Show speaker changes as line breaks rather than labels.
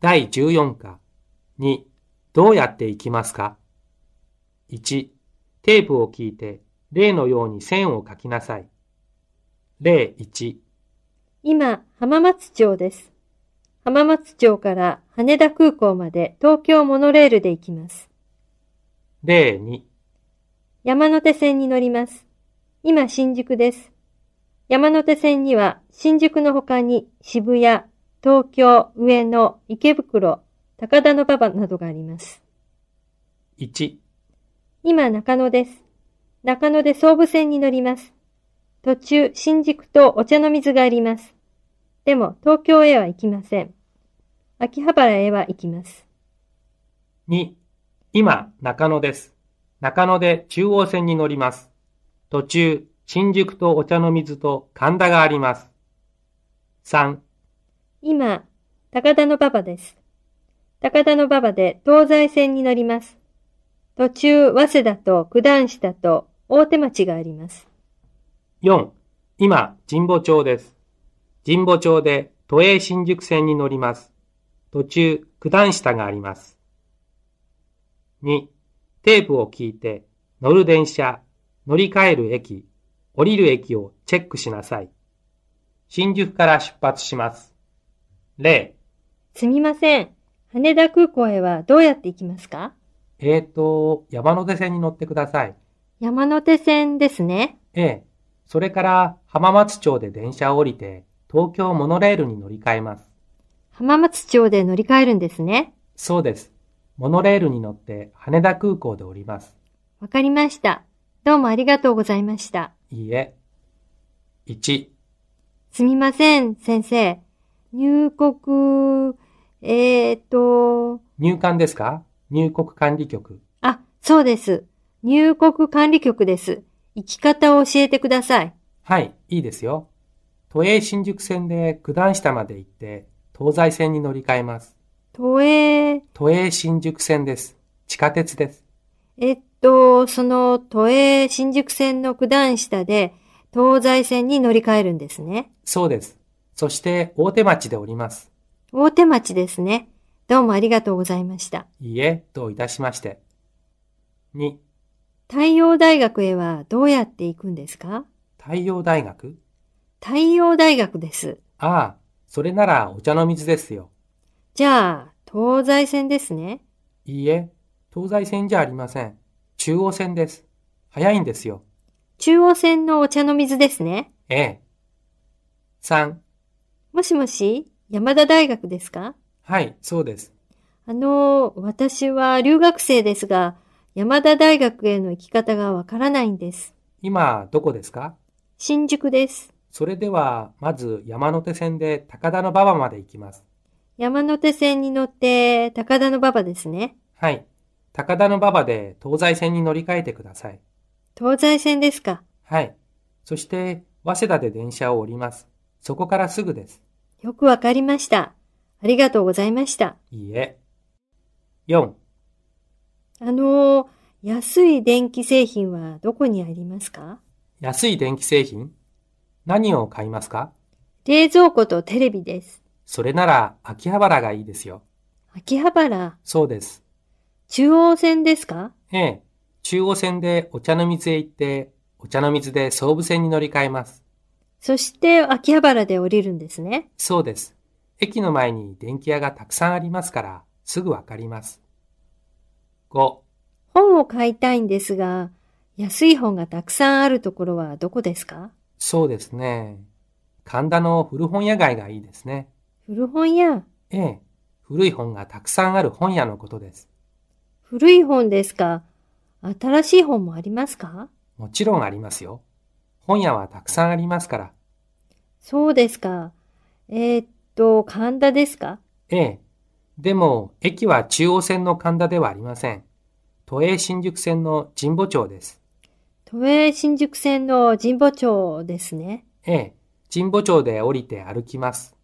第14課。2、どうやっていきますか ?1、テープを聞いて、例のように線を書きなさい。例1、
今、浜松町です。浜松町から羽田空港まで東京モノレールで行きます。
例2、
山手線に乗ります。今、新宿です。山手線には新宿の他に渋谷、東京、上野、池袋、高田馬場などがあります。
1、
今、中野です。中野で総武線に乗ります。途中、新宿とお茶の水があります。でも、東京へは行きません。秋葉原へは行きます。
2、今、中野です。中野で中央線に乗ります。途中、新宿とお茶の水と神田があります。3、
今、高田馬場です。高田馬場で東西線に乗ります。途中、早稲田と九段下と大手町があります。
4. 今、神保町です。神保町で都営新宿線に乗ります。途中、九段下があります。2. テープを聞いて、乗る電車、乗り換える駅、降りる駅をチェックしなさい。新宿から出発します。例、
すみません。羽田空港へはどうやって行きますか
えーと、山手線に乗ってください。
山手線ですね。
ええ。それから、浜松町で電車を降りて、東京モノレールに乗り換えます。
浜松町で乗り換えるんですね。
そうです。モノレールに乗って羽田空港で降ります。
わかりました。どうもありがとうございました。
いいえ。1、
すみません、先生。入国、えーと、
入管ですか入国管理局。
あ、そうです。入国管理局です。行き方を教えてください。
はい、いいですよ。都営新宿線で九段下まで行って、東西線に乗り換えます。
都営、
都営新宿線です。地下鉄です。
えっと、その都営新宿線の九段下で東西線に乗り換えるんですね。
そうです。そして大手町で降ります。
大手町ですね。どうもありがとうございました。
いいえ、といたしまして。2、
太陽大学へはどうやって行くんですか
太陽大学
太陽大学です。
ああ、それならお茶の水ですよ。
じゃあ、東西線ですね。
いいえ、東西線じゃありません。中央線です。早いんですよ。
中央線のお茶の水ですね。
ええ。3、
もしもし、山田大学ですか
はい、そうです。
あの、私は留学生ですが、山田大学への行き方がわからないんです。
今、どこですか
新宿です。
それでは、まず山手線で高田の馬場まで行きます。
山手線に乗って高田馬場ですね。
はい。高田の馬場で東西線に乗り換えてください。
東西線ですか。
はい。そして、早稲田で電車を降ります。そこからすぐです。
よくわかりました。ありがとうございました。
いいえ。4、
あの、安い電気製品はどこにありますか
安い電気製品何を買いますか
冷蔵庫とテレビです。
それなら、秋葉原がいいですよ。
秋葉原、
そうです。
中央線ですか
ええ。中央線でお茶の水へ行って、お茶の水で総武線に乗り換えます。
そして秋葉原で降りるんですね。
そうです。駅の前に電気屋がたくさんありますから、すぐわかります。5、
本を買いたいんですが、安い本がたくさんあるところはどこですか
そうですね。神田の古本屋街がいいですね。
古本屋、
ええ。古い本がたくさんある本屋のことです。
古い本ですか新しい本もありますか
もちろんありますよ。本屋はたくさんありますから。
そうですか。えーっと、神田ですか
ええ。でも、駅は中央線の神田ではありません。都営新宿線の神保町です。
都営新宿線の神保町ですね。
ええ。神保町で降りて歩きます。